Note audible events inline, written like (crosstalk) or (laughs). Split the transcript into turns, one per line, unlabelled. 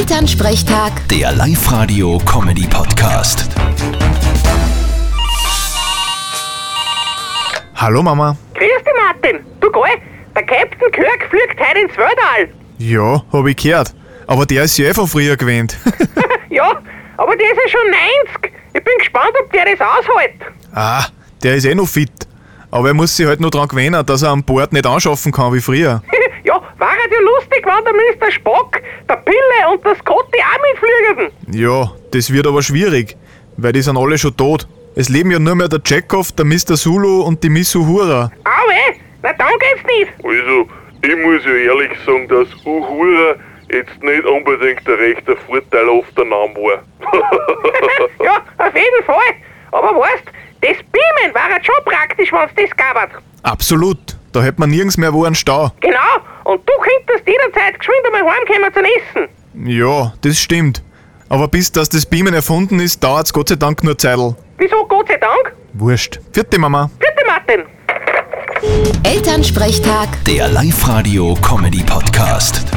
Elternsprechtag,
Der Live-Radio-Comedy-Podcast.
Hallo Mama.
Grüß dich, Martin. Du, gell, der Captain Kirk fliegt heute ins Weltall.
Ja, hab ich gehört. Aber der ist ja eh von früher (laughs) gewöhnt.
ja, aber der ist ja schon 90. Ich bin gespannt, ob der das aushält. (laughs)
ah, der ist eh noch fit. Aber er muss sich halt noch dran gewöhnen, dass er am Bord nicht anschaffen kann wie früher.
ja, war halt ja lustig, wenn der Mr. Spock, der Pille und der Scotty auch mitfliegen.
Ja, das wird aber schwierig, weil die sind alle schon tot. Es leben ja nur mehr der Chekhov, der Mr. Sulu und die Miss Uhura.
Au, eh? Na, dann geht's nicht.
Also, ich muss ja ehrlich sagen, dass Uhura jetzt nicht unbedingt der rechte Vorteil auf der Name war.
ja, auf jeden Fall. Aber weißt, das Beamen war halt schon praktisch, wenn's das gab.
Absolut. Da hätte man nirgends mehr wo einen Stau.
Genau, und du könntest jederzeit geschwind einmal heimkommen zum Essen.
Ja, das stimmt. Aber bis dass das Beamen erfunden ist, dauert's Gott sei Dank nur Zeitl.
Wieso, Gott sei Dank?
Wurscht. Vierte Mama.
Bitte, Martin.
Elternsprechtag.
Der Live-Radio-Comedy-Podcast.